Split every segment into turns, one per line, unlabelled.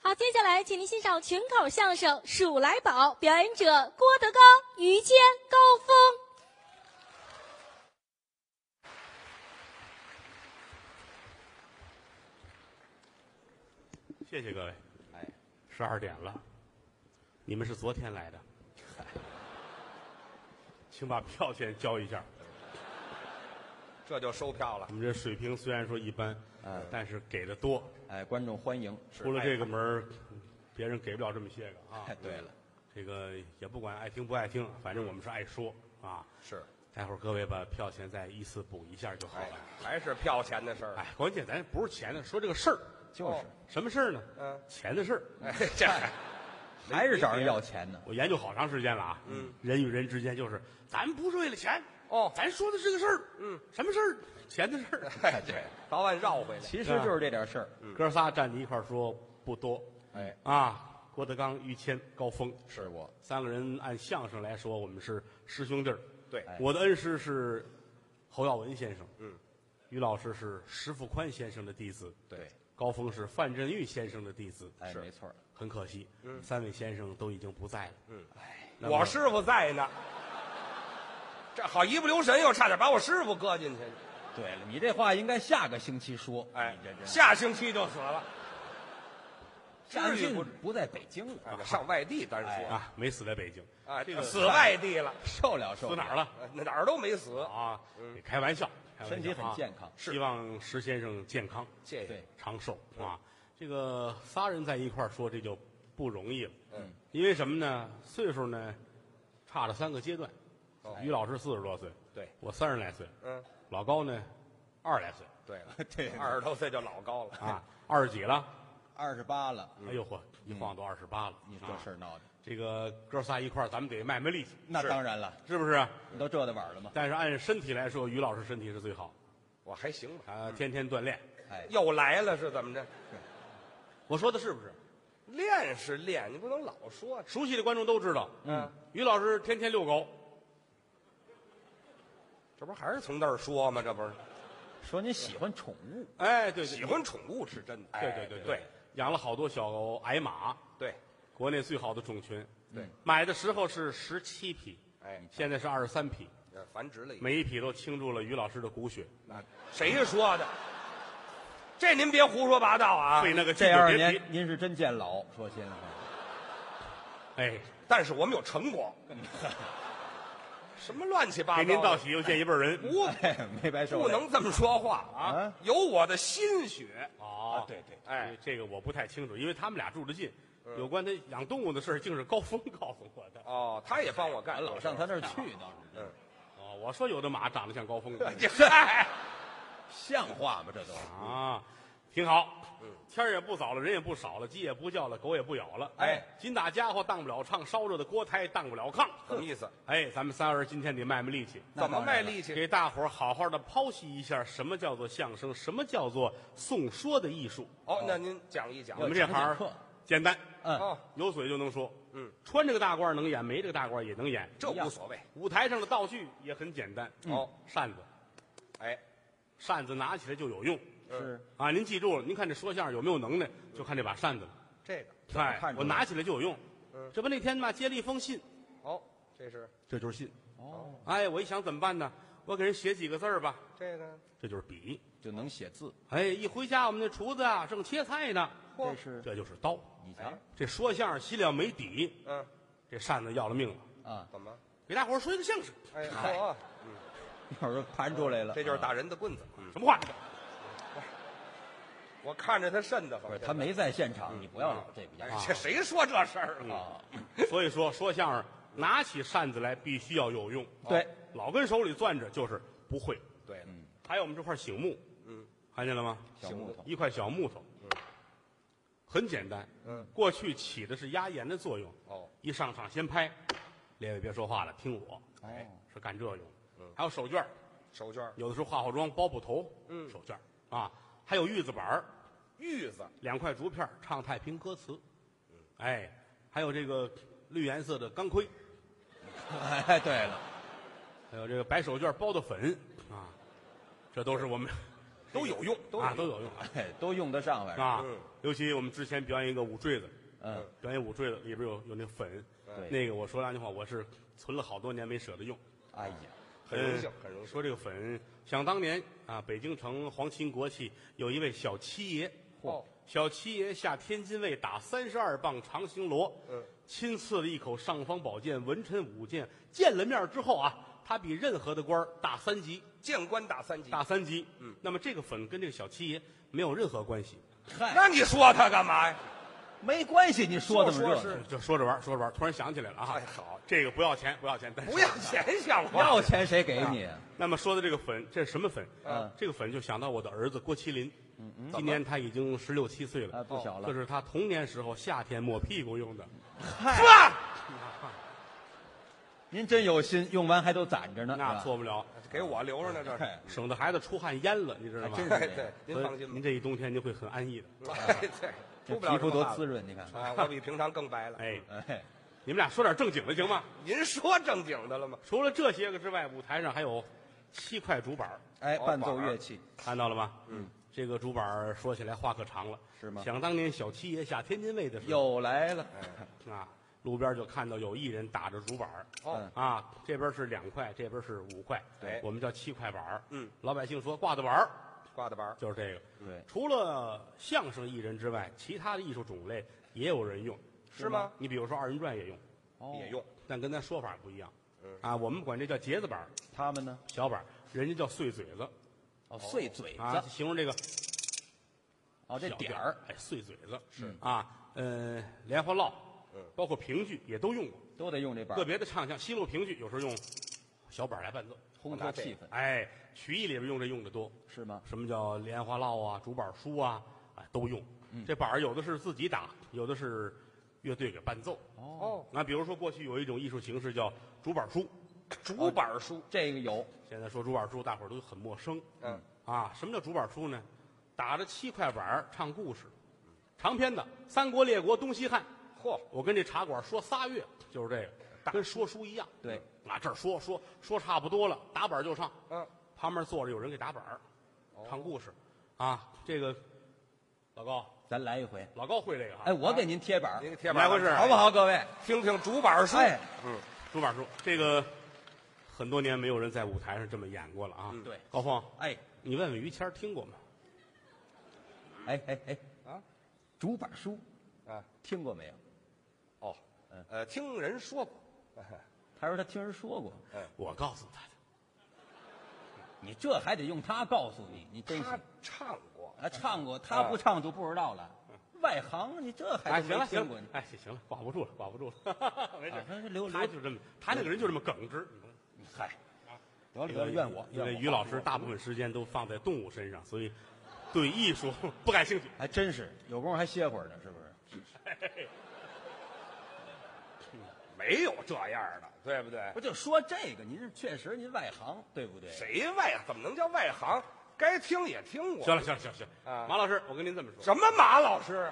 好，接下来请您欣赏群口相声《数来宝》，表演者郭德纲、于谦、高峰。
谢谢各位，
哎，
十二点了，你们是昨天 来的，请把票钱交一下。
这就收票了
我。们这水平虽然说一般，
嗯
但是给的多。
哎，观众欢迎。是
出了这个
爱
门儿，别人给不了这么些个啊
看。哎，对了，
这个也不管爱听不爱听，反正我们是爱说啊。
是，
待会儿各位把票钱再依次补一下就好
哎
了。，
还是票钱的事儿。
哎，关键咱不是钱的，说这个事儿，
就是，
什么事儿呢？
嗯
钱的事儿。
哎，这还是找人要 钱呢。
我研究好长时间了啊，嗯，人与人之间就是，咱不是为了钱，
哦
咱说的是个事儿，嗯，什么事儿？钱的事儿。
哎，对，早晚绕回来。其实就是这点事儿。
哥仨站在一块儿说不多
哎，
啊，郭德纲、于谦、高峰
是我。
三个人按相声来说，我们是师兄弟儿。
对
哎
我的恩师是侯耀文先生，
嗯，
于老师是石富宽先生的弟子，
对，
高峰是范振钰先生的弟子。
哎，
是
没错儿。
很可惜，三位先生都已经不在了。哎那么
我师傅在呢。这好一不留神，又差点把我师傅搁进去。
对了，你这话应该下个星期说。
哎
你这，这
下星期就死了，
夏
至于
俊
不
不在北京了，
哎上外地单说
啊，没死在北京，
哎啊，
这个
死外地了，
受了受
死
不
哪
了，
儿了？
呃哪儿都没死。
啊，你开玩笑，开玩笑
身体很
啊
健康
希望石先生健康
谢谢
对。
长寿啊。
嗯
这个仨人在一块儿说，这就不容易了。
嗯，
因为什么呢？岁数呢，差了三个阶段
哦。
于老师四十多岁，
对
我三十来岁，
嗯，
老高呢，二十来岁
对了， 嗯
对
二十多岁就老高了。
嗯
啊，二十几了。
二十八了，
哎呦嚯，一晃都二十八了。
嗯你这
啊
事儿闹的，
这个哥仨一块儿，咱们得卖卖力气，
那当然了，
是不是？
你都这的晚了吗？
但是按身体来说，于老师身体是最好，
我还行吧，
嗯
啊，天天锻炼。
哎，
又来了是怎么着？
我说的是不是？
练是练，你不能老说。
熟悉的观众都知道，
嗯，
于老师天天遛狗，
这不还是从那儿说吗？这不是
说你喜欢宠物，
哎，对，对
喜，欢宠物是真的。
对对
哎
对
对，
养了好多小矮马，
对，
国内最好的种群。
对，
买的时候是十七匹，
哎，
现在是二十三匹，
这繁殖了已经。
每一匹都倾注了于老师的骨血，
那谁说的？这您别胡说八道啊！
费那个劲
这
儿
二
嗯别
年
提，
您是真见老，说心里话，
哎，
但是我们有成果。什么乱七八糟
给
的？
您道喜，又见一辈儿人。
不
哎，没白受累。
不能这么说话啊
啊！
有我的心血，
哦，
对对，
哎，
这个我不太清楚，因为他们俩住得近，有关他养动物的事儿，竟是高峰 告诉我的。
哦，他也帮我干，
俺老上他那儿 去，倒是
嗯，
哦，我说有的马长得像高峰
这哎嗨，
像话吗？这都
嗯
啊，挺好。嗯天儿也不早了，人也不少了，鸡也不叫了，狗也不咬了。
哎，
金打家伙当不了炕，烧着的锅台当不了炕。
什么意思？
哎，咱们仨人今天得卖卖力气，
那
怎么
当然
卖
了
力气？
给大伙儿好好的剖析一下什么叫做相声，什么叫做宋说的艺术。
哦，那您讲一讲啊
我们这行
讲
儿
讲课
简单，
嗯，
哦，
有嘴就能说。
嗯，
穿这个大褂儿能演，没这个大褂儿也能演。
这无所谓。
舞台上的道具也很简单，
嗯
哦，
扇子，
哎，
扇子拿起来就有用
是
啊！您记住了，您看这说相声有没有能耐，就看这把扇子了。
这个
哎
看，出来
我拿起来就有用。
嗯
这不那天嘛接了一封信，
哦，这是
这就是信。
哦，
哎，我一想怎么办呢？我给人写几个字儿吧，
这个，
这就是笔。
就能写字，
哎，一回家我们那厨子啊正切菜呢，
嚯，
是
这就是刀。
你瞧
这说相声心里要没底，
嗯，
这扇子要了命了。
啊，
怎么？
给大伙儿说一个相声，
哎，嚯，
一会儿就盘出来了，
这就是
啊
打人的棍子。嗯
什么话？
我看着他瘆得慌
不。是他没在现场，你不要老这比较
哎
好。
这谁说这事儿了？
啊，
所以说说相声拿起扇子来必须要有用，
对，
老跟手里攥着就是不会。
嗯
对了，
还有我们这块醒木，
嗯，
看见了吗？
小木头，
一块小木头，嗯，很简单，
嗯，
过去起的是压弦的作用，
哦，
一上场先拍，列位别说话了，听我，
哎，
是干这用的，嗯，还有手绢儿
手绢儿
有的时候化化妆包布头，嗯，手绢儿啊，还有玉子板儿
玉子，
两块竹片儿唱太平歌词，哎，还有这个绿颜色的钢盔，
哎，对了，
还有这个白手绢包的粉啊，这都是我们
都有用，嗯都
啊
有
都
用。
有用啊
哎，都用得上，反正
啊
嗯！
尤其我们之前表演一个舞坠子，
嗯，
表演舞坠子里边有有那粉，
对
那个我说良心话，我是存了好多年没舍得用，
哎呀，
很荣幸
嗯，
很荣幸。
说这个粉，想当年啊，北京城皇亲国戚有一位小七爷，
哦，
小七爷下天津卫打三十二磅长兴罗，
嗯，
亲赐了一口尚方宝剑、文臣武将。见了面之后啊，他比任何的官儿大三级，
见官大三级，
大三级。嗯，那么这个粉跟这个小七爷没有任何关系，
嗨，
那你说他干嘛呀？
没关系，你说这么
说
热
说是
闹，
哎就说着玩儿，说着玩儿，突然想起来了啊，
哎好，
这个不要钱，不要钱，但是
不要钱像话？
要钱谁给你？啊
那么说的这个粉，这是什么粉？
嗯
这个粉就想到我的儿子郭麒麟，嗯嗯，今年他已经十六七岁
哎，
了，
不小
这
了，
是他童年时候夏天抹屁股用的。
嗨，
这
您真有心，用完还都攒着呢，啊
那
是吧
错不了，
给我留着呢， 这
嗨
是。
省得孩子出汗淹了，你知道吗
还？真是
哎对，您
所以
放心
您
吧。
这一冬天您会很安逸的。
哎， 对，
这
出不
皮
了
肤多滋
滋
润，你看，
啊！我比平常更白了。
哎，
哎，
你们俩说点正经的行吗？
您说正经的了吗？
除了这些个之外，舞台上还有七块竹板儿
哎，
好
伴奏
板儿
乐器，
看到了吗？嗯，这个竹板儿说起来话可长了，
是吗
想当年小七爷下天津卫的时候，
又来了，
啊，路边就看到有艺人打着竹板儿
哦，
嗯
啊，这边是两块，这边是五块，
对
哎
我们叫七块板儿。
嗯，
老百姓说挂的板儿
挂的板儿
就是这个。
对，
除了相声艺人之外，其他的艺术种类也有人用，
是吗？
你比如说二人转也用，
哦
也用，
但跟咱说法不一样
嗯。
啊，我们管这叫节子板儿
他们呢？
小板儿人家叫碎嘴子
哦，碎嘴
啊，
子，
形容这个
哦，这
小
点儿，，
哎，碎嘴子
是
啊，呃，莲花落，
嗯
包括评剧也都用过，
都得用这板
个
儿
别的唱腔，西路评剧有时候用小板儿来伴奏，
烘托气氛，
哎，曲艺里边用这用的多，
是吗？
什么叫莲花落啊、竹板书啊，啊都用。这板儿有的是自己打，有的是乐队给伴奏。
哦，
那比如说，过去有一种艺术形式叫竹板书，
竹板儿书，
这个有，
现在说竹板书，大伙儿都很陌生
嗯，
啊。什么叫竹板书呢？打着七块板儿唱故事，长篇的三国、列国、东西汉。
嚯，
我跟这茶馆说仨月，就是这个，跟说书一样。
对，
啊，这儿说说说差不多了，打板儿就唱。
哦
嗯，
旁边坐着有人给打板儿，唱故事，啊，这个老高，
咱来一回，
老高会这个啊，
哎，我给您贴板儿
您，给贴板儿
来回事
好不好，各位？
听听竹板儿书，
哎，
竹板书，这个很多年没有人在舞台上这么演过了啊。
对
高峰，
哎，
你问问于谦儿听过吗？
哎哎哎，
啊，
竹板书
啊，
听过没有？
哦，呃，听人说过，
他说他听人说过，
我告诉他的，
你这还得用他告诉你，你真是
他唱过，
啊，唱过他不唱就不知道了，外行你这还
哎，行
都没
了行
听过
了
你，，
哎，行了，挂不住了，挂不住了，没事
啊他是留。
他
留
就这么，他那个人就这么耿直。
嗨，得了
这
得
个
了，怨我
因为
怨我，
于老师大部分时间都放在动物身上，所以对艺术 不感兴趣。
还哎真是有功夫还歇会儿呢，是不是？
没有这样的，对不对
不？就说这个，您是确实您外行，对不对？
谁外怎么能叫外行？该听也听过。
行了行了行了行了，
啊
马老师，我跟您这么说，
什么马老师？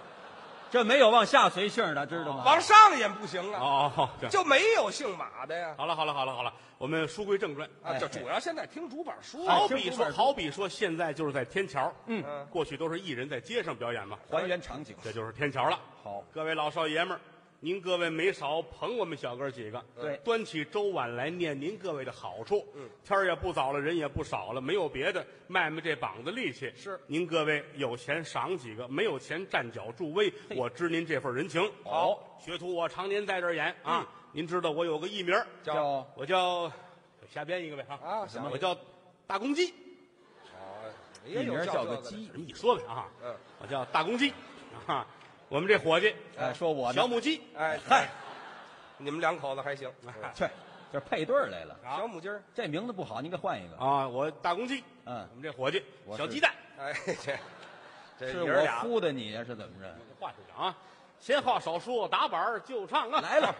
这没有往下随性的，知道吗？
往上也不行啊，
哦哦，行，
就没有姓马的呀。
好了好了好了好了，我们书归正传。
啊，
哎
就主要现在听竹板书，哦
好
听
比
不
说，
是
好比说，现在就是在天桥，
嗯
过去都是艺人在街上表演嘛，
还原场景，
这就是天桥了。
好，
各位老少爷们儿，您各位没少捧我们小哥几个，
对
端起粥碗来念您各位的好处。嗯，天儿也不早了，人也不少了，没有别的，卖卖这膀子力气。
是
您各位有钱赏几个，没有钱站脚助威，我知您这份人情。
好，嗯
学徒我常年在这儿演啊，您知道我有个艺名儿，
叫
我叫瞎编一个呗啊，
啊，行
我叫大公鸡。
了，也
艺名
有
叫
叫
个
这的，
鸡，
你说呗啊，
嗯，
我叫大公鸡啊，我们这伙计
哎，说我呢
小，母鸡，
哎，
嗨，
你们两口子还 行，嗯
去，这配对儿来了，
啊
小母鸡儿，
这名字不好，您给换一个，
啊，我大公鸡，
嗯
我们这伙计
我是
小鸡蛋，
哎，这这
是
爷儿
我
俩，
敷的你呀，是怎么着？
话是讲啊，闲话少说，打板儿就唱啊，
来了，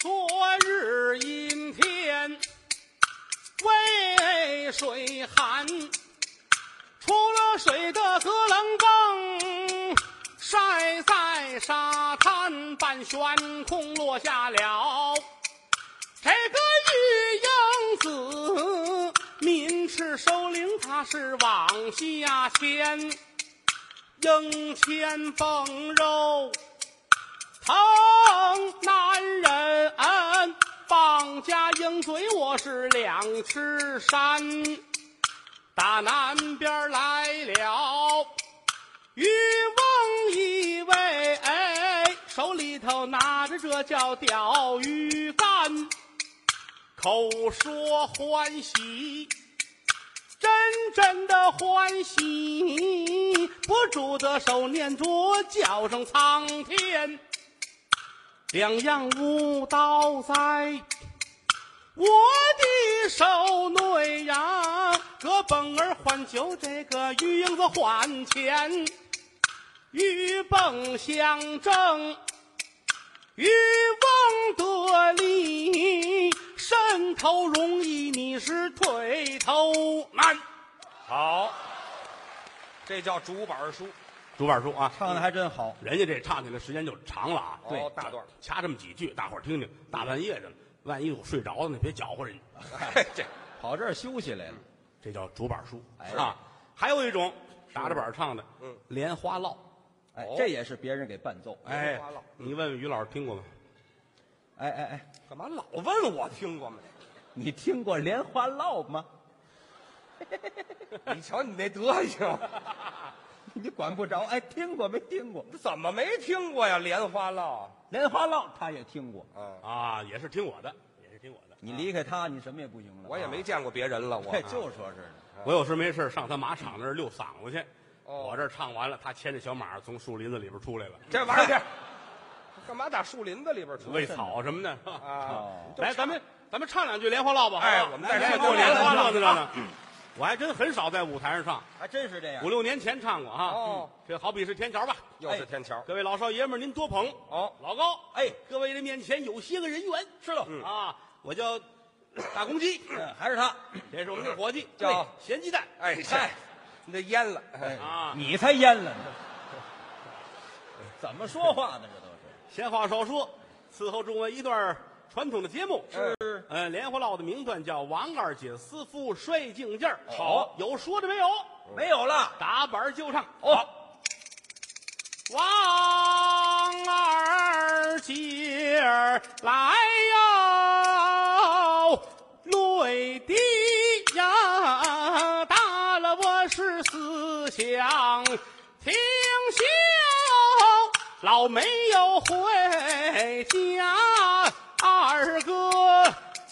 昨日阴天，渭水寒，出了水的隔棱更晒在沙滩，半悬空落下了。这个玉英子，民事首领他是往下牵，鹰牵凤肉，疼男人。棒家鹰嘴我是两尺山，打南边来了。渔翁一位，哎，手里头拿着这叫钓鱼竿，口说欢喜，真真的欢喜，不住的手念着叫声苍天，两样舞蹈在。我的手内呀，这蹦儿换酒，这个鱼影子换钱，鱼蹦相争，渔翁得利，伸头容易，你是退头难。好，
这叫竹板 书。
主板叔啊，
唱的还真好。
人家这唱起来时间就长了啊，
哦大段儿
掐这么几句，大伙儿听听，大半夜的，万一我睡着了呢，别搅和人家。
哎，这
跑这儿休息来了，
这叫竹板书
哎
啊。还有一种打着板儿唱的，嗯，莲花落。
哎
哦，
这也是别人给伴奏。哎
哎
莲花落，
你问问于老师听过吗？
哎哎哎，
干嘛老问我听过没？
你听过《莲花落》吗？
你瞧你那德行，
你管不着。哎，听过没听过？
怎么没听过呀？莲花落
《莲花落》他也听过。
啊，
啊，也是听我的，也是听我的。
你离开他，你什么也不行了。啊
我也没见过啊别人了，我
嘿，就说是呢。
我有时没事儿上他马场那儿溜嗓子去。
哦
我这儿唱完了，他牵着小马儿从树林子里边出来了，
这玩意儿，干嘛打树林子里边去？
喂草什么的。是吧
啊，
哦，
来，咱们咱们唱两句《莲花落》吧。
哎
好吧
我们再
来
唱
过
过
莲
莲
花
花
落呢
落
着呢。 我还真很少在舞台上唱，
还真是这样
五。六年前唱过啊。
哦
嗯，这好比是天桥吧？
又是天桥。
各位老少爷们儿，您多捧。
哦，
老高，
哎，
各位的面前有些个人缘，是了、啊，我叫 大公鸡，
嗯还是他，
这是我们的伙计，
叫
对咸鸡蛋，
哎，嗨，你这淹了。哎，
啊。
你才淹了呢。 怎么说话呢？这都是。
闲话少说，伺候众位一段传统的节目
是
呃，莲花落的名段叫王二姐私夫帅净件儿
好
有说的没有？
没有了。
打板儿就唱。
哦，
王二姐儿来哟，泪滴呀，打了我是思想停休，老没有回家，二哥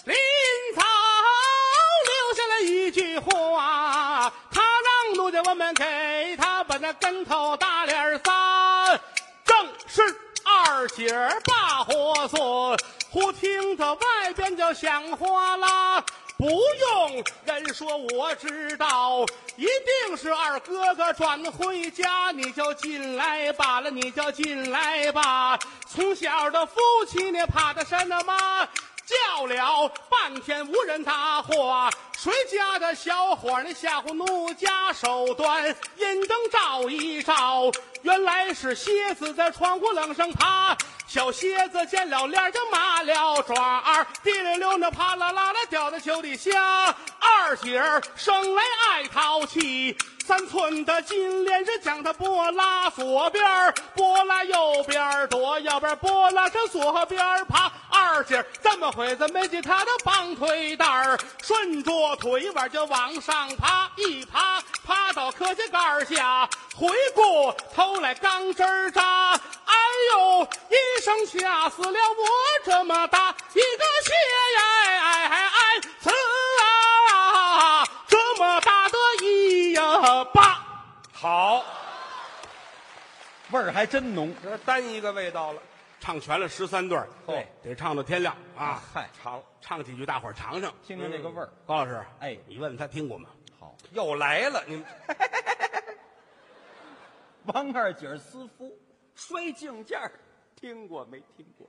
临走留下了一句话，他让奴家我们给他把那跟头打脸儿撒。正是二姐儿把火做，忽听得外边就响哗啦。不用人说，我知道，一定是二哥哥转回家。你就进来吧了，你就进来吧。从小的夫妻，你怕的什么妈？叫了半天无人搭话，谁家的小伙儿那吓唬奴家手段，阴灯照一照，原来是蝎子在窗户冷上爬。小蝎子见了脸儿就麻了爪儿，滴溜溜那啪啦啦的掉到球底下。二姐儿生来爱淘气，三寸的金莲是将它拨拉左边儿，拨拉右边儿躲，要不然拨拉上左边儿爬。二姐儿这么会子没系她的绑腿带儿，顺着腿腕儿就往上爬，一爬爬到磕下盖儿下，回过头来钢针儿扎。哎呦，一声吓死了我这么大一个血呀！哎哎哎，刺啊，这么大的一呀疤。
好，
味儿还真浓。
这单一个味道了。
唱全了十三段，
对，
得唱到天亮啊！
嗨，
尝，
唱几句，大伙儿尝尝。
听着这个味儿，
高老师，
哎
你问问他听过吗？
好。
又来了，你
王二姐儿私夫摔镜件儿，听过没听过？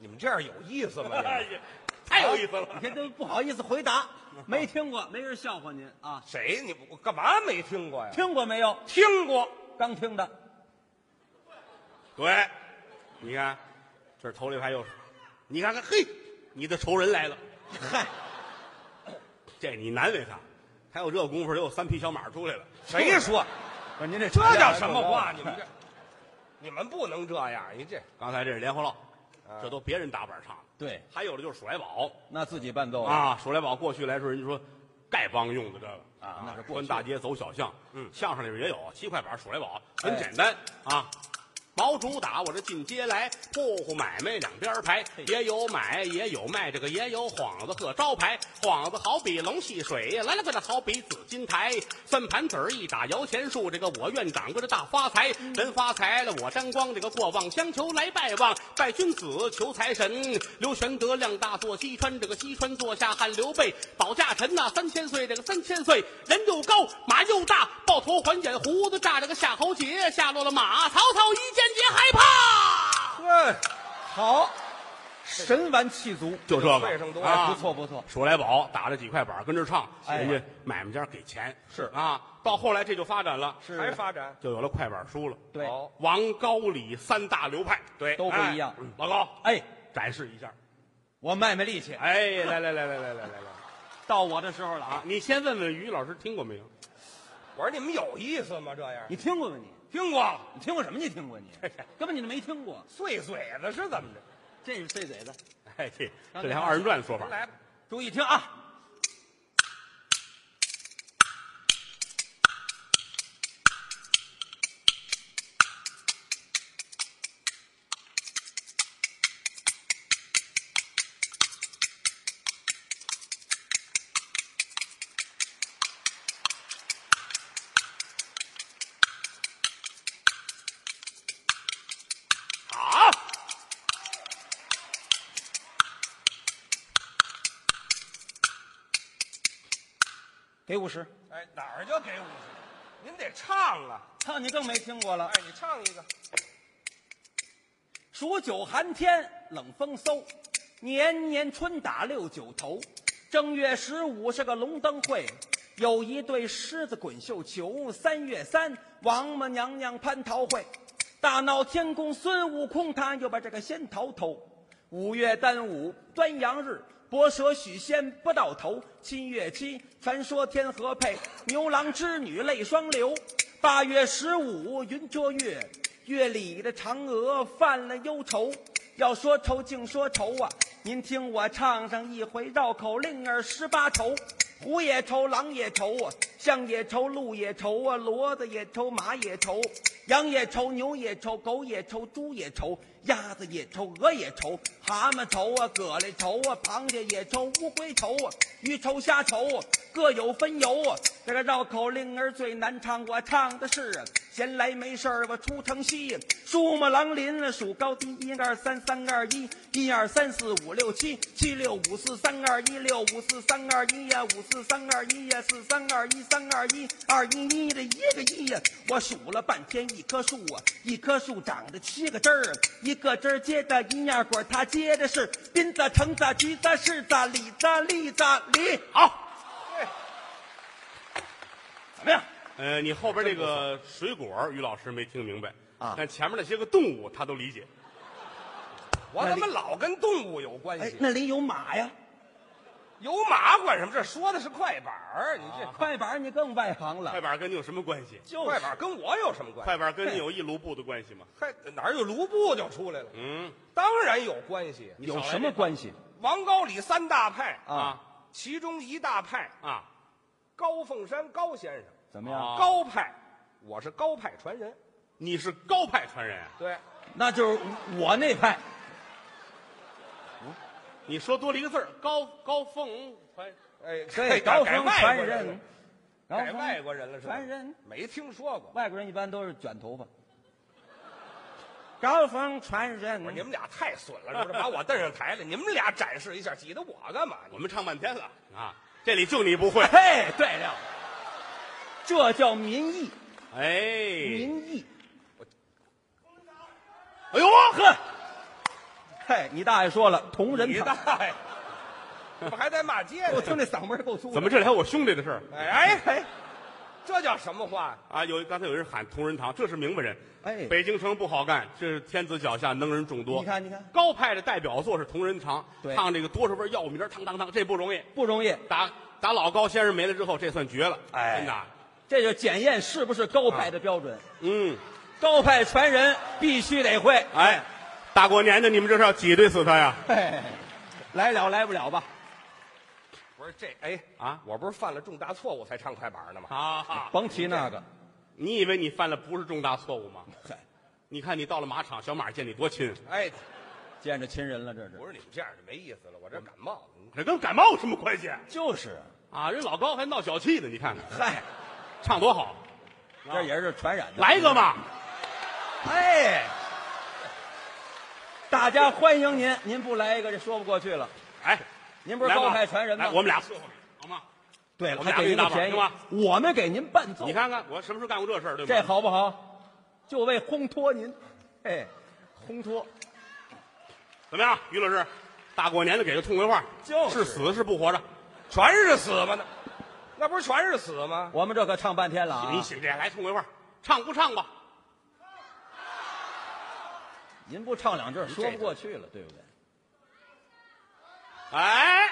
你们这样有意思吗？
哎
你们
太有意思
你
了。
看都不好意思回 答，没听过，没人笑话您啊。
谁？你我干嘛没听过呀？
听过没有？
听过，
刚听的，
对，你看，这头里还有，你看看，嘿，你的仇人来了，
嗨，
这你难为他，还有这功夫，得有三匹小马出来了。
谁说？
不是您这
这
产
叫
量还
什么
够高
话？你们这，你们不能这样！你这
刚才这是莲花落，这都别人打板唱的，
对，
还有的就是数来宝
那自己伴奏的，
啊，数来宝过去来说，人家说丐帮用的这个
啊那是过
穿
去
大街走小巷，嗯，相声里面也有七块板数来宝，很
哎
简单啊。毛主打我这进街来，户户买卖两边排，也有买也有卖，这个也有幌子和招牌。幌子好比龙戏水，来了个那好比紫金台。算盘子儿一打摇钱树，这个我愿掌柜的大发财。
嗯
人发财了我沾光，这个过望乡求来拜望，拜君子求财神。刘玄德量大坐西川，这个西川坐下汉刘备，保驾臣呐、三千岁，这个三千岁人又高马又大，抱头还眼胡子炸，这个夏侯杰下落了马，曹操一见杰害怕。
呵，
好，神完气足，
就这个
会上多
啊
哎，不错不错，
数来宝打了几块板跟这唱，
哎
人家买卖家给钱
是
啊，到后来这就发展了，
是
还发展？
就有了快板书了。
对，
好
王高李三大流派，对，
都不
哎
一样
嗯老高，
哎，
展示一下。
我卖卖力气，
哎，来来来来来来来来
到我的时候了
啊
啊！！
你先问问于老师听过没有？
我说你们有意思吗？这样
你听过吗？你
听过
你听过什么？你听过你？根本你都没听过，
碎嘴子是怎么着？
这是碎嘴子。
哎，这这俩二人转说法
您。来吧，
注意听啊！
好，
给五十，
哎，哪儿就给五十？您得唱啊！
唱你更没听过了
哎。，你唱一个，
数九寒天，冷风嗖，年年春打六九头。正月十五是个龙灯会，有一对狮子滚绣球。三月三，王母娘娘蟠桃会，大闹天宫，孙悟空他又把这个仙桃偷。五月端午，端阳日，博蛇许仙不到头。七月七，传说天河配，牛郎织女泪双流。八月十五，云遮月，月里的嫦娥犯了忧愁。要说愁，净说愁啊！您听我唱上一回绕口令儿十八愁：虎也愁，狼也愁啊，象也愁，鹿也愁啊，骡子也愁，马也愁，羊也愁，牛也愁，狗也愁，猪也愁，鸭子也愁，鹅也愁，蛤蟆愁啊，蛤蜊愁啊，螃蟹也愁，乌龟愁啊，鱼愁，虾愁啊，各有分忧啊。这个绕口令儿最难唱，我唱的是啊闲来没事儿我出城西，树木狼林啊数高低，一二三三二一，一二三四五六七，七六五四三二一，六五四三二一呀，五四三二一呀，四三二一三二一，二一一的一个一呀，我数了半天一棵树啊，一棵树长着七个枝儿，啊一个枝儿接着一样果儿，它接着是槟子、橙子、橘子、柿子、李子、栗子、梨，
好，
怎么样？
呃，你后边这个水果，于老师没听明白
啊
但前面那些个动物他都理解。
我
那
怎
你
么老跟动物有关
哎
系，？
那里有马
啊
呀。
有马管什么？这说的是快板儿，你这
快板儿你更外行了
快，板跟你有什么关系？
就是
快板儿跟我有什么关系？
快板跟你有一卢布的关系吗？
快哪儿有卢布就出来了？
嗯，
当然有关系。
你
有什么关系
王高李三大派，
啊？
其中一大派
啊？
高凤山高先生，
怎么样？
啊
高派，我是高派传人。
你是高派传人啊，
对，
那就是我那派，
你说多了一个字儿，高高凤传。
哎，改
对，高
改
峰
外
传
国人了
人，，高
改
峰
外国人了是吧？
传人，
没听说过。
外国人一般都是卷头发。高峰传人
我说你们俩太损了，是不是？把我蹬上台了，你们俩展示一下，挤得我干嘛？你
我们唱半天了啊，这里就你不 会。
嘿，对了，这叫民意，
哎，
民意。
哎呦呵，
嘿，你大爷说了，同 人
你
堂，
大爷，我还在骂街
我
呢。
听这嗓门儿够粗的。
怎么这里还有我兄弟的事儿？
哎哎哎，这叫什么话？
啊，有刚才有人喊同仁堂，这是明白人。
哎
北京城不好干，这是天子脚下能人众多。
你看你看
高派的代表作是同仁堂，
对
唱这个多少味药名，汤汤汤，这不容易。
不容易，
打打老高先生没了之后，这算绝了。
哎
真的，啊
这就检验是不是高派的标准。
嗯，
高派传人必须得会。
哎，大过年的你们这是要挤兑死他呀？
哎，来了来不了吧？
不是这哎
啊
我不是犯了重大错误才唱快板呢吗？
啊，
甭提那个，
你以为你犯了不是重大错误吗？
嗨，
你看你到了马场，小马见你多亲，啊
哎，
见着亲人了，这是
不是你们这样就没意思了，我这感冒了。
这跟感冒有什么关系
就是，
啊？人老高还闹小气呢，你看看
嗨，
唱多好，
这也是传染的。
来一个嘛！
哎，大家欢迎您，您不来一个这说不过去了。
哎，
您不是
来吧
高派传人吗
来我们俩伺候着，好吗？
对了，
我们
还
俩
给
给你
您个
打板
便宜
行吗，
我们给您伴奏，
你看看我什么时候干过这事儿，对吗？
这好不好？就为烘托您，哎，烘托
怎么样，于老师？大过年的给个痛快话，
就是
死是不活着。
全是死吧？那那不是全是死吗？
我们这可唱半天了啊！
你醒这来痛快话，唱不唱吧？
您不唱两句儿说不过去了，对不对？
哎，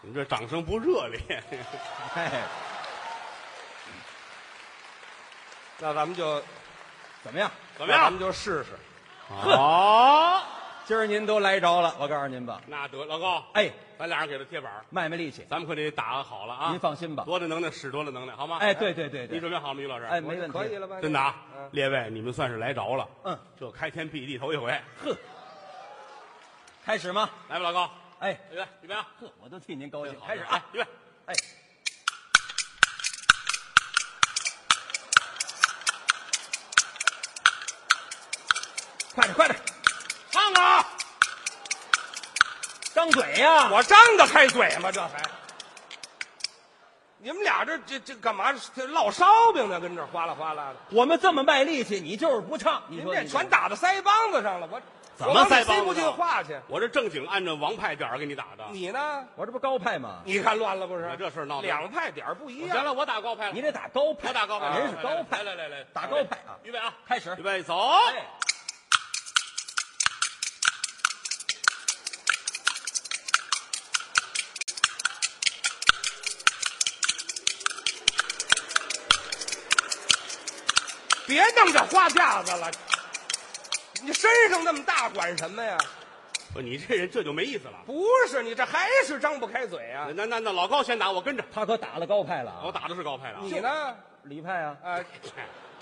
你这掌声不热 烈。
哎，
那咱们就
怎么样？
怎么
那
样
咱们就试试。
好，
今儿您都来着了，我告诉您吧，
那得老高，
哎，
咱俩人给他贴板儿，
卖卖力气。
咱们可得打好了啊！
您放心吧
多大能耐使多大能耐，好吗？
哎，，对对对
你
对，
准备好了吗，于老师？
哎，没问题，
可以了吧？
真的啊
嗯，
列位，你们算是来着了。
嗯，
这开天辟地头一回，
开始吗？
来吧，老高，
哎，
预备，预备啊！
呵，我都替您高兴。
好
开始
哎
啊！
预备。
哎，快点快点，
唱啊！
张嘴呀！
我张得开嘴吗？这还？你们俩这这这干嘛？这烙烧饼呢？跟这儿哗啦哗啦的，
我们这么卖力气，你就是不唱，你
您
说
这
你
全打到腮帮子上了。我
怎
我
么
往里
腮帮
塞
子啊
不进
上
话去。
我这正经按照王派点儿给你打的。
你呢？
我这不高派吗？
你看乱了不是
你？这事儿闹的
两派点儿不一
我
样
行。了，我打高派了，
你得打高派，啊
我打高派了，哎
您是高
啊
派，
来来来来，
打高派啊
预备啊，
开始
预。备走。
哎，
别弄这花架子了，你身上那么大管什么呀？
不，哦你这人这就没意思了。
不是，你这还是张不开嘴啊！
那那那老高先打，我跟着，
他可打了高派了
我
哦
啊！
打的是高派的啊。
你呢？
李派啊，
啊，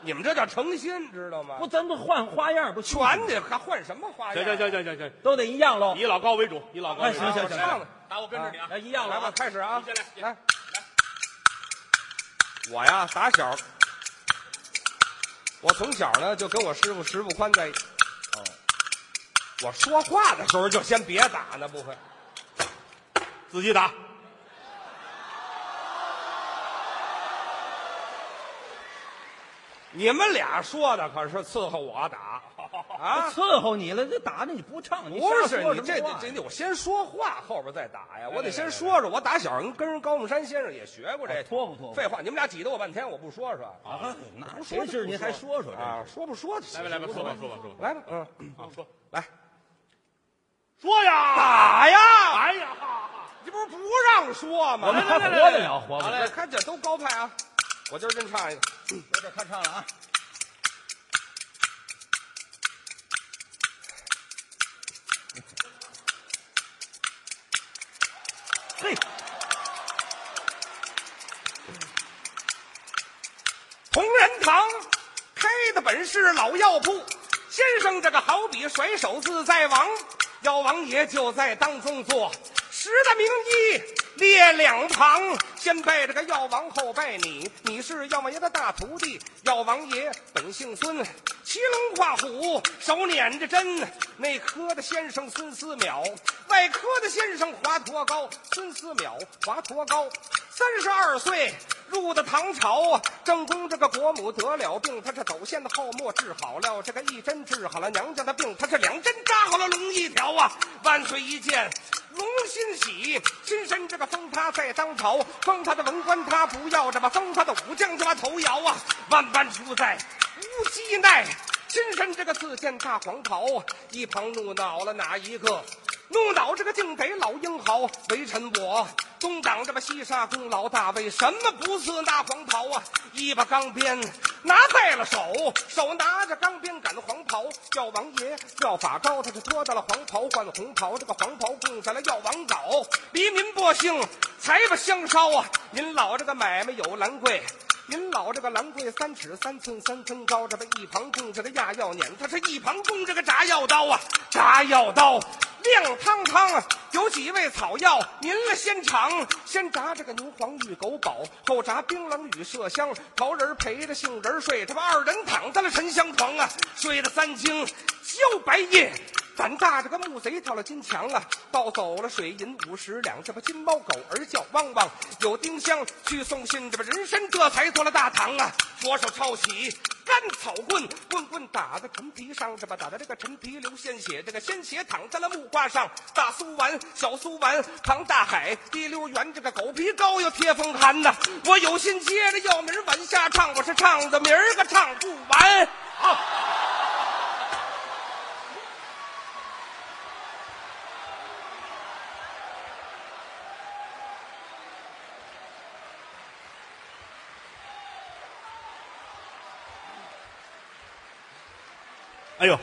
你们这叫诚心，知道吗？
不，咱们换花样不行吗？
全得还换什么花
哎行
样？啊
行行，行行行，
都得一样喽。
以老高为主，以老高为主。
哎行行行
唱打我跟着你啊
那。一样了
来吧
啊，！
开始啊！
你先来
来，我呀，打小，我从小呢就跟我师傅石富宽在一起。我说话的时候就先别打那部分，
自己打。
你们俩说的可是伺候我打啊！
伺候你了，这打的你不唱，你
不是
瞎说
你
什
这
么话呀
这这，我先说话，后边再打呀。我
来
得
来
先说说，我打小人跟人高木山先生也学过这
哦托付托付
废话，你们俩挤得我半天，我不说说
哦
啊，那
不
谁
说
是
就
您
不
还说说
啊？说不说的，
来吧来吧，
无
说
所谓
吧说吧说吧，
来吧，嗯，
啊说
来
说呀！
打呀！
哎呀，
这不是不让说吗？
我们
来
还
来来
活得了活
好
不了？
嘞，看这都高派啊！我今儿真唱一个，
这这他唱了啊，嘿，
同仁堂开的本是老药铺，先生这个好比甩手自在王，药王爷就在当中坐，十大名医列两旁，先拜这个药王，后拜你，你是药王爷的大徒弟，药王爷本姓孙。骑龙跨虎，手捻着针。内科的先生孙思邈，外科的先生华佗高。孙思邈，华佗高，三十二岁入的唐朝。正宫这个国母得了病，他是走线的泡沫治好了，这个一针治好了娘家的病，他是两针扎好了龙一条啊。万岁一见。龙欣喜，金身这个封他在当朝，封他的文官他不要这么封他的武将就把头摇啊，万般出在无鸡奈。金身这个自见大黄袍，啊一旁怒恼了哪一个？怒恼这个靖北老英豪，为臣我东挡这么西沙公老大为什么不刺那黄袍啊？一把钢鞭拿在了手，手拿着钢鞭赶黄袍，叫王爷叫法高，他是脱掉了黄袍换红袍，这个黄袍供在了药王岛，黎民百姓才把香烧啊！您老这个买卖有兰贵。您老这个兰桂三尺三寸三分高，这么一旁供着个压药碾，他是一旁供着个炸药刀啊，炸药刀亮堂堂，有几味草药您了先尝，先炸这个牛黄与狗宝，后炸槟榔与麝香，桃仁陪着杏仁睡，他妈二人躺在了沉香床啊，睡得三更交白夜。胆大这个木贼跳了金墙啊，盗走了水银五十两，这不金猫狗儿叫汪汪，有丁香去送信，这不人参这才做了大堂啊，左手抄起。干草棍，棍棍打在陈皮上，这把打在这个陈皮流鲜血，这个鲜血淌在了木瓜上。大苏丸，小苏丸，扛大海，滴溜圆，这个狗皮膏药贴风寒呐。我有心接着药名儿往下唱，我是唱的明儿个唱不完。好。
哎呦，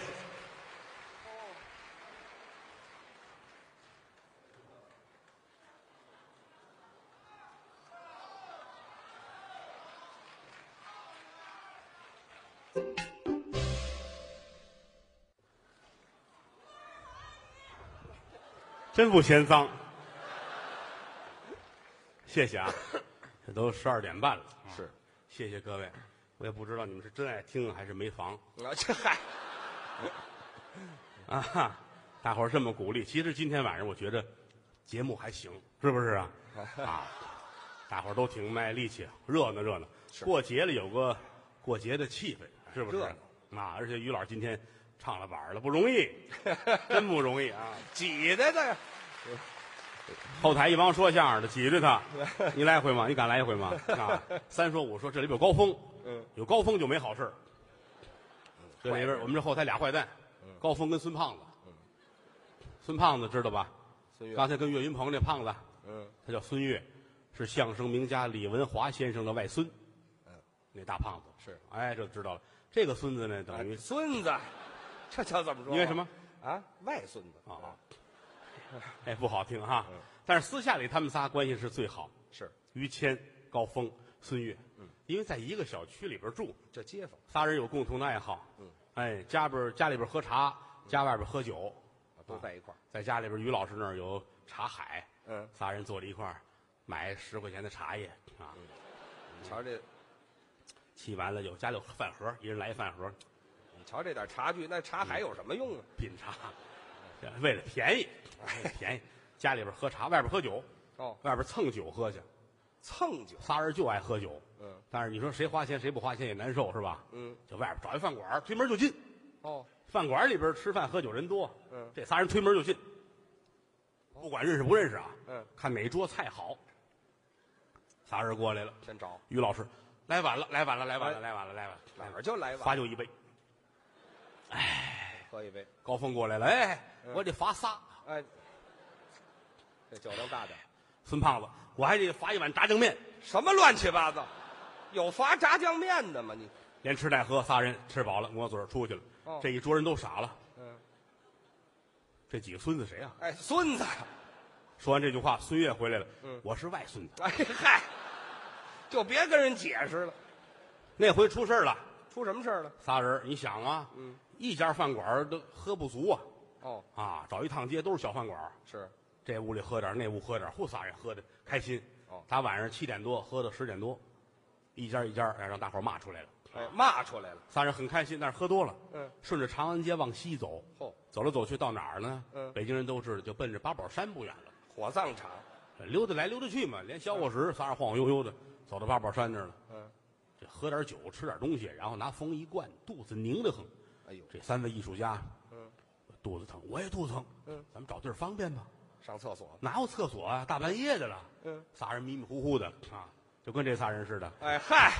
真不嫌脏，谢谢啊！这都十二点半了，啊
是，
谢谢各位。我也不知道你们是真爱听还是没房。
啊，这嗨，
啊，哈，大伙儿这么鼓励，其实今天晚上我觉得节目还行，是不是啊？啊，大伙儿都挺卖力气，热闹热闹。过节了有个过节的气氛，是不是
热？
啊，而且于老师今天唱了板儿了，不容 易，真不容易啊！
挤的这
后台一帮说相声的挤兑他，你来一回吗？你敢来一回吗？啊，三说五说，这里边有高峰，
嗯，
有高峰就没好事儿。这里边我们这后台俩坏蛋，
嗯
高峰跟孙胖子，孙胖子知道吧？
孙
刚才跟岳云鹏这胖子，
嗯，
他叫孙越，是相声名家李文华先生的外孙，
嗯，
那大胖子
是，
哎，这知道了。这个孙子呢，等于
啊孙子，这叫怎么说？
因为什么？
啊？外孙子
啊，哎，不好听
嗯
哈。但是私下里他们仨关系是最好，
是
于谦、高峰、孙越，
嗯
因为在一个小区里边住，
这街坊
仨人有共同的爱好，
嗯
哎，家边家里边喝茶，家外边喝酒，
啊都在一块儿。
在家里边于老师那儿有茶海，
嗯，
仨人坐在一块儿买十块钱的茶叶啊，
瞧这，
沏完了有家里有饭盒，一人来一饭盒
你瞧这点茶具，那茶还有什么用啊？
品茶， 为了便宜，为了便宜，家里边喝茶，外边喝酒，
哦，
外边蹭酒喝去，
蹭酒，
仨人就爱喝酒，
嗯
但是你说谁花钱谁不花钱也难受是吧？
嗯，
就外边找一饭馆，推门就进，
哦，
饭馆里边吃饭喝酒人多，
嗯
这仨人推门就进，不管认识不认识啊，
嗯，
看哪桌菜好，仨人过来了，
先找
于老师来晚了，来晚了，来晚了，
哎
来晚了，来晚了，
哪儿就来
罚
碗，
酒一杯。
喝一杯。
高峰过来了，哎，我得罚仨。
哎，这酒量大点，
孙胖子，我还得罚一碗炸酱面，
什么乱七八糟？有罚炸酱面的吗？你
连吃带喝，仨人吃饱了，抹嘴儿出去了。
哦
这一桌人都傻了，
嗯，
这几个孙子谁啊？
哎，孙子，
说完这句话，孙越回来了，
嗯
我是外孙子。
哎嗨，就别跟人解释了，
那回出事儿了，
出什么事儿了？
仨人，你想啊，
嗯
一家饭馆儿都喝不足啊，
哦，
啊，找一趟街都是小饭馆儿，
是
这屋里喝点儿，那屋喝点儿，嚯，仨人喝的开心。
哦
打晚上七点多喝到十点多，一家一家哎让大伙儿骂出来了。
哎，骂出来了。
仨人很开心，但是喝多了，
嗯，哦
顺着长安街往西走，
嚯、
走来走去到哪儿呢？
嗯
北京人都知道，就奔着八宝山不远了。
火葬场。
溜达来溜达去嘛，连消火石，仨人晃晃悠悠的走到八宝山那儿了。
嗯，
这喝点酒，吃点东西，然后拿风一灌，肚子拧得很。
哎呦，
这三位艺术家，
嗯，
肚子疼，我也肚子疼。
嗯，
咱们找地儿方便吧。
上厕所。
哪有厕所啊？大半夜的了，
嗯，
仨人迷迷糊糊的啊，就跟这仨人似的。
哎嗨，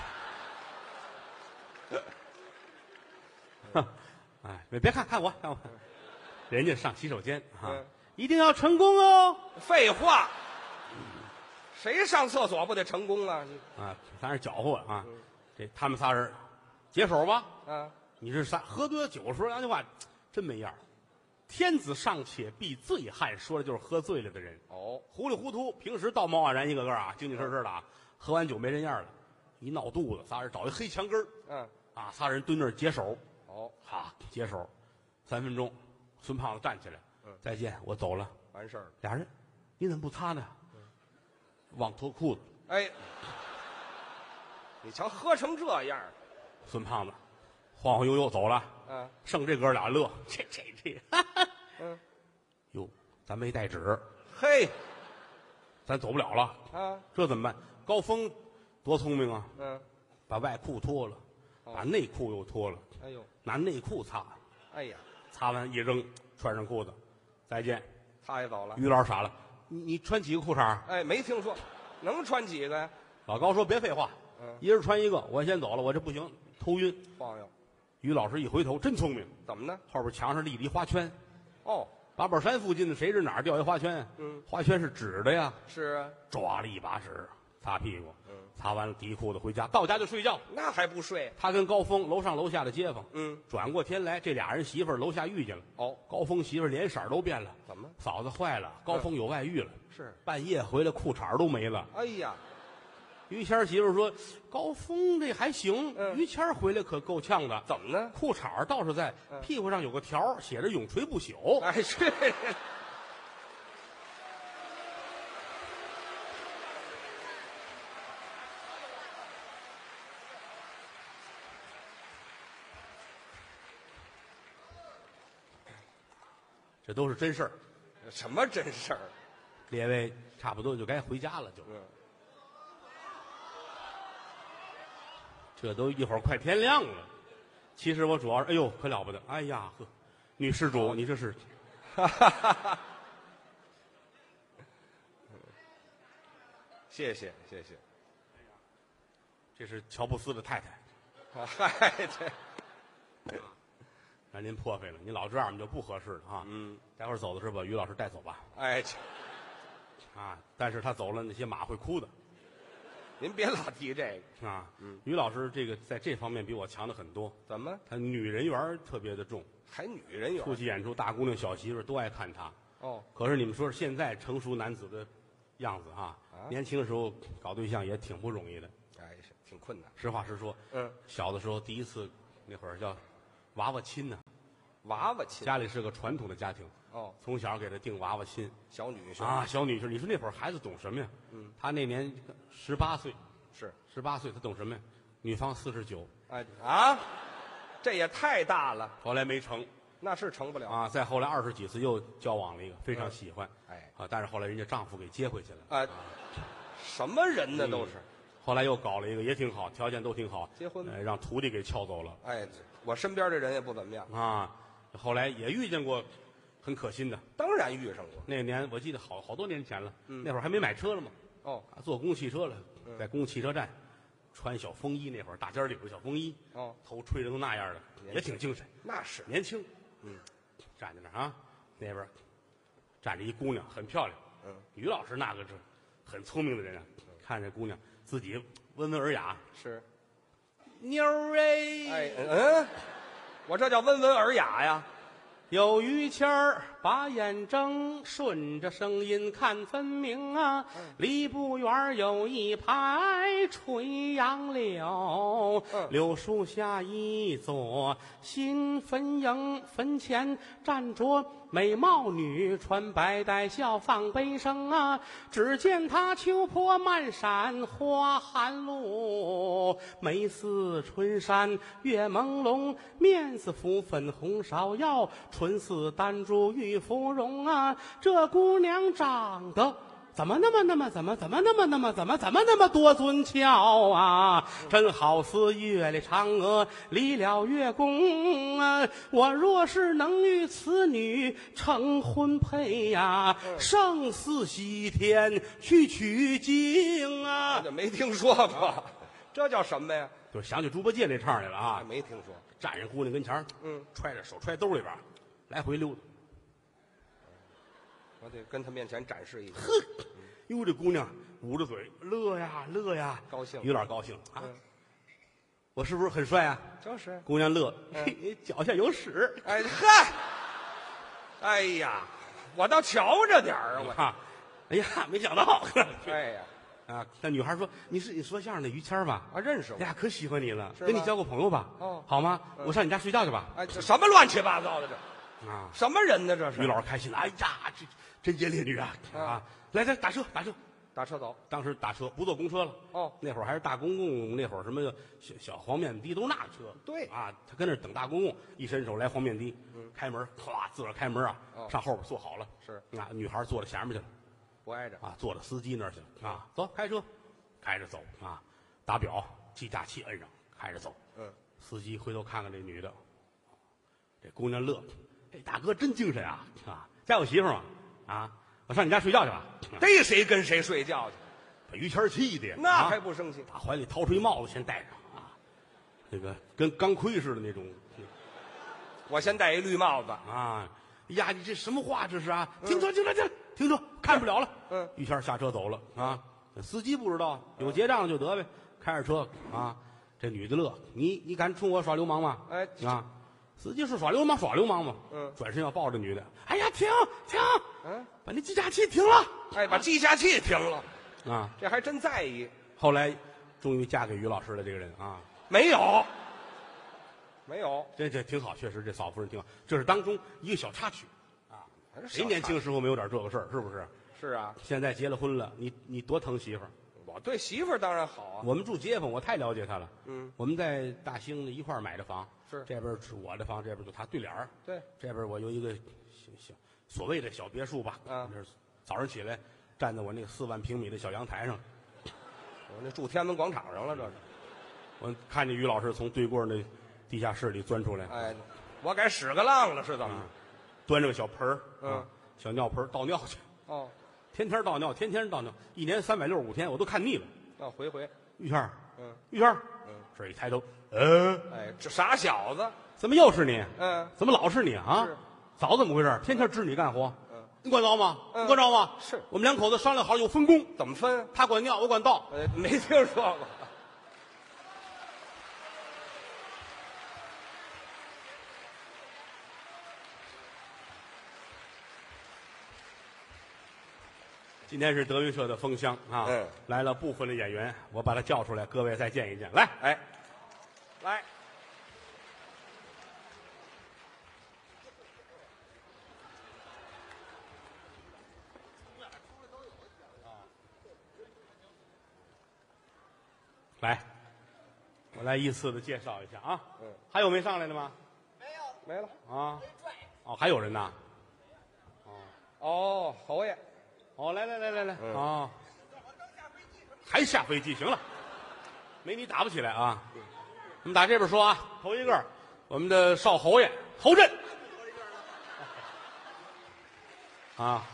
哎，别别看看我，看我，人家上洗手间啊
嗯，
一定要成功哦！
废话，谁上厕所不得成功啊？
啊，仨人搅和啊，这他们仨人解手吧。
啊，
你这仨喝多了酒说良心话，真没样儿天子尚且避醉汉，说的就是喝醉了的人。
哦，
糊里糊涂，平时道貌岸然一个个啊，精精神神的啊，喝完酒没人样了，一闹肚子，仨人找一黑墙根儿
嗯，
啊，仨人蹲那儿解手，
哦，
哈，解手，三分钟，孙胖子站起来，再见，我走了。
完事儿了。
俩人，你怎么不擦呢？忘脱裤子，
哎，你瞧喝成这样儿，
孙胖子晃晃悠悠走了，
啊，
剩这哥俩乐，这这这，哈哈
嗯，
哟，咱没带纸，
嘿，
咱走不了了，
啊，
这怎么办？高峰多聪明啊，
嗯，
把外裤脱了，
哦
把内裤又脱了。
哎呦，
拿内裤擦，
哎呀，
擦完一扔，穿上裤子，再见。
他也走了。
于老师傻了，你你穿几个裤衩儿？
哎，没听说，能穿几个呀？
老高说别废话，
嗯
一人穿一个，我先走了，我这不行，头晕。
晃悠，
于老师一回头，真聪明，
怎么呢？
后边墙上立了一花圈，
哦，
八宝山附近的谁知哪儿掉一花圈？啊
嗯，
花圈是纸的呀，
是啊，
抓了一把纸擦屁股，
嗯，
擦完了提裤子回家，到家就睡觉。
那还不睡？
他跟高峰楼上楼下的街坊，
嗯，
转过天来，这俩人媳妇儿楼下遇见了。
哦，
高峰媳妇儿脸色儿都变了，
怎么
嫂子坏了，
嗯
高峰有外遇了。
是？
半夜回来裤衩儿都没了。
哎呀，
于谦儿媳妇儿说：“高峰这还行，
嗯
于谦儿回来可够呛的。
怎么呢？
裤衩儿倒是在，
嗯
屁股上有个条儿写着‘永垂不朽’。
哎，是，
这都是真事儿。
什么真事儿？
列位差不多就该回家了，就
嗯，
这都一会儿快天亮了。其实我主要是，哎呦，可了不得！哎呀呵，女施主，你这是
谢谢谢 谢。
这是乔布斯的太太，
啊嗨，这
让您破费了。您老这样我们就不合适了啊。
嗯，
待会儿走的时候把于老师带走吧。
哎，这
啊，但是他走了，那些马会哭的。
您别老提这个，
啊，于老师这个在这方面比我强的很多，
怎么
他女人缘儿特别的重，
还女人
出
有？啊
去演出，大姑娘小媳妇儿都爱看他。
哦，
可是你们说现在成熟男子的样子哈、
啊
年轻的时候搞对象也挺不容易的。
哎，是挺困难。
实话实说，
嗯，
小的时候第一次那会儿叫娃娃亲呢、
嗯娃娃亲
家里是个传统的家庭，
哦，
从小给他定娃娃亲
小女婿
啊，小女婿，你说那会儿孩子懂什么呀？嗯，他那年十八岁，
是
十八岁他懂什么呀？女方四十九，
哎啊，这也太大了，
后来没成。
那是成不了。
啊，再后来二十几次又交往了一个，非常喜欢，
哎
啊，但是后来人家丈夫给接回去了，
啊，什么人呢？都是，
后来又搞了一个也挺好，条件都挺好，
结婚了
呃让徒弟给撬走了
哎，我身边的人也不怎么样，
啊，后来也遇见过很可心的，
当然遇上过。
那年我记得好好多年前了，那会儿还没买车了嘛，
哦
啊坐公共汽车了，在公共汽车站穿小风衣，那会儿大尖领的小风衣，
哦，
头吹着都那样的，也挺精神，
那是
年轻，嗯，站在那儿啊，那边儿站着一姑娘，很漂亮，
嗯，
于老师那个是很聪明的人啊，看这姑娘自己温文尔雅，
是，
妞儿哎，
哎嗯，我这叫温文尔雅呀。
有于谦儿把眼睁，顺着声音看分明啊，离不远儿有一排垂杨柳，
嗯
柳树下一座新坟营，坟前站着美貌女，穿白带笑放悲声啊。只见她秋波漫闪花含露，眉似春山月朦胧，面似浮粉红芍药，唇似丹珠玉芙蓉啊。这姑娘长得怎么那么那么怎么怎么那么那么怎么怎么那么多尊俏啊？真好似月里嫦娥离了月宫啊！我若是能与此女成婚配呀、上司西天去取经
我
啊！
就没听说过，这叫什么呀？
就是想起猪八戒那唱来了啊！
没听说。
站人姑娘跟前儿，
嗯，
揣着手揣兜里边儿，来回溜达。
我得跟他面前展示一下。
哟，这姑娘捂着嘴乐呀乐呀，
高兴
有点高兴啊
嗯！
我是不是很帅啊？
就是，
姑娘乐，
嗯
嘿脚下有屎
哎嗨，哎呀，我倒瞧着点儿啊，我
啊！哎呀，没想到
哎呀，
啊！那女孩说：“你是你说相声的于谦儿吧？
啊认识
哎
我，
呀，可喜欢你了，
是吧
跟你交个朋友吧，
哦
好吗？我上你家睡觉去吧。
哎，这什么乱七八糟的这，”
啊！
什么人呢这是？
于老师开心了，哎呀，这真杰烈女啊
嗯
啊！来来，打车打车，
打车走，
当时打车不坐公车了，
哦
那会儿还是大公共，那会儿什么小小黄面的都那车，
对嗯
啊，他跟那儿等大公共，一伸手来黄面的，开门，咵，自个儿开门啊，
哦
上后边坐好了，
是
啊，女孩坐到前面去了，
不挨着，
啊，坐到司机那儿去
嗯
了，啊，走，开车，开着走啊，打表计价器摁上，开着走，
嗯，
司机回头看看这女的，这姑娘乐，这大哥真精神啊啊，家有媳妇儿吗？啊，我上你家睡觉去吧，啊
逮谁跟谁睡觉去，
把于谦儿气的，
嗯那
啊
还不生气？
打怀里掏出一帽子先戴上啊，那个跟钢盔似的那种
我先戴一绿帽子，
啊。呀，你这什么话这是啊？停车，停车，停车，停车，看不了了。
嗯，
于谦下车走了啊。司机不知道，有结账就得呗。开着车啊，这女的乐，你你敢冲我耍流氓吗？
哎
啊，司机是耍流氓，耍流氓嘛。
嗯
转身要抱着女的，哎呀，停停，
嗯，
把那计价器停了
哎，把计价器停了，
啊。
这还真在意，
后来，终于嫁给于老师了，这个人啊。
没有，没有，
这这挺好，确实这嫂夫人挺好。这是当中一个小插曲，谁
小
年轻
菜？
时候没有点这个事儿？是不是？
是啊，
现在结了婚了，你你多疼媳妇儿。
我对媳妇儿当然好啊，
我们住街坊，我太了解她了。
嗯，
我们在大兴一块儿买的房，
是
这边是我的房，这边就她对脸儿。
对，
这边我有一个小小所谓的小别墅吧。
啊
这是早上起来站在我那个四万平米的小阳台上，
我那住天安门广场上了，这是。
我看见于老师从对过那地下室里钻出来，
哎，我改屎个浪了，是怎么着？
端着个小盆儿，
嗯
啊，小尿盆儿倒尿去。
哦，
天天倒尿，天天倒尿，一年三百六十五天，我都看腻了。
那回回，
玉谦儿，
嗯
玉谦儿，
嗯，
这一抬头，嗯，
哎，这傻小子，
怎么又是你？
嗯
怎么老是你啊
是？
早怎么回事？天天支你干活，
嗯，
你管着吗？
嗯
你管着吗？
是
我们两口子商量好有分工，
怎么分？
他管尿，我管倒。
呃，没听说过。
今天是德云社的封箱啊，
嗯
来了部分的演员，我把他叫出来，各位再见一见。来，
哎，
啊
来，
来，我来依次的介绍一下啊。
嗯
还有没上来的吗？
没了。
啊，哦，还有人呐。
哦，侯爷，
哦，来来来来来，
嗯
哦，还下飞机，行了，没你打不起来啊。我们打这边说啊，头一个，我们的少侯爷侯震，啊，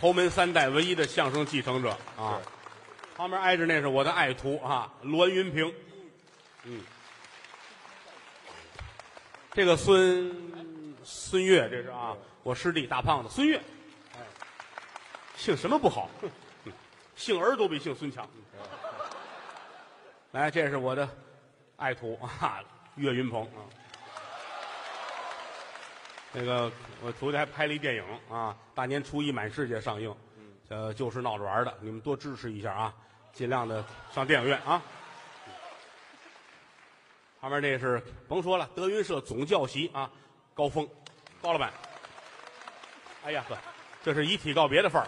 侯门三代唯一的相声继承者啊，旁边挨着那是我的爱徒啊，栾云平，嗯，这个孙孙越，这是啊，我师弟大胖子孙越，姓什么不好？哼嗯姓儿都比姓孙强。来，这是我的爱徒啊，岳云鹏啊。那个，我昨天还拍了一电影啊，大年初一满世界上映，呃，就是闹着玩儿的，你们多支持一下啊，尽量的上电影院啊。旁边这是甭说了，德云社总教习啊，高峰，高老板。哎呀呵，这是遗体告别的范儿。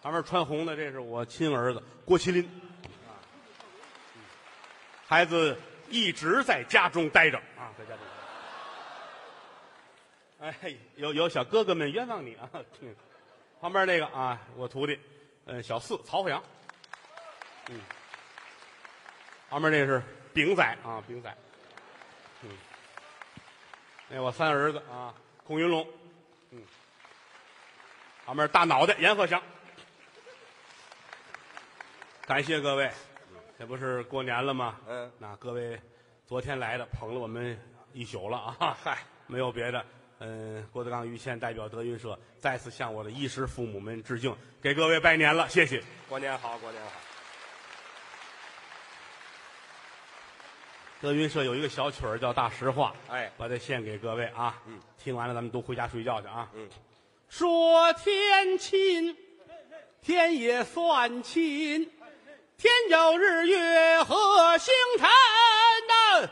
旁边穿红的，这是我亲儿子郭麒麟，孩子一直在家中待着啊，在家中待着。哎，有有小哥哥们冤枉你啊！旁边那个啊，我徒弟，嗯，小四曹鹤阳，嗯，旁边那是丙仔啊，丙仔，嗯，那我三儿子啊，孔云龙，嗯，旁边大脑袋阎鹤祥，感谢各位，这不是过年了吗？
嗯
那各位昨天来的捧了我们一宿了啊，
嗨，
没有别的，嗯，郭德纲、于谦代表德云社再次向我的衣食父母们致敬，给各位拜年了，谢谢。
过年好，过年好。
德云社有一个小曲儿叫《大实话》，
哎
把它献给各位啊，嗯，听完了咱们都回家睡觉去啊，
嗯，
说天亲，天也算亲，天有日月和星辰呐、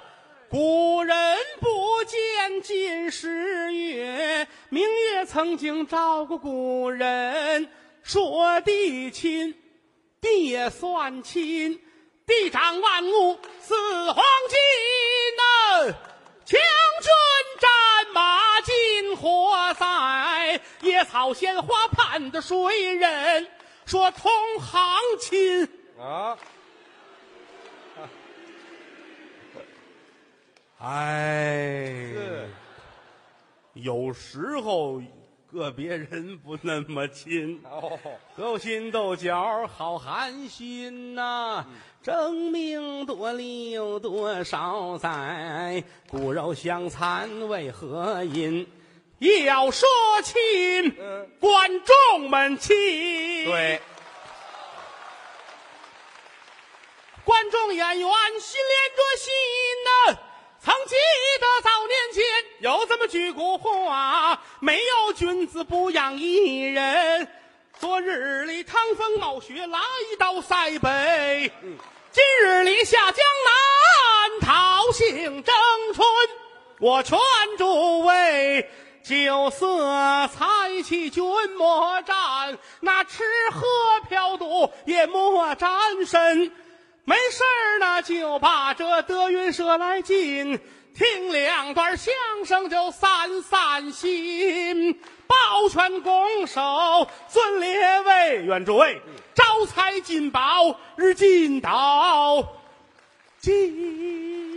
古人不见近时月，明月曾经照过古人。说地亲，地也算亲，地长万物似黄金呐、强军战马金火在，野草鲜花盼的谁人？说同行亲，
啊，
哎
是
有时候个别人不那么亲。
哦，
勾心斗角好寒心呐、
嗯
争名夺利有多少载？骨肉相残为何因？一要说亲，
嗯
观众们亲，
对，
观众演员心连着心呐、曾记得早年间有这么句古话：没有君子不养艺人。昨日里趟风冒雪来到塞北，今日里下江南讨杏争春。我劝诸位。酒色财气均莫沾，那吃喝嫖赌也莫沾身。没事儿呢，就把这德云社来进，听两段相声就散散心。抱拳拱手，尊列位，愿诸位招财进宝，日进斗金。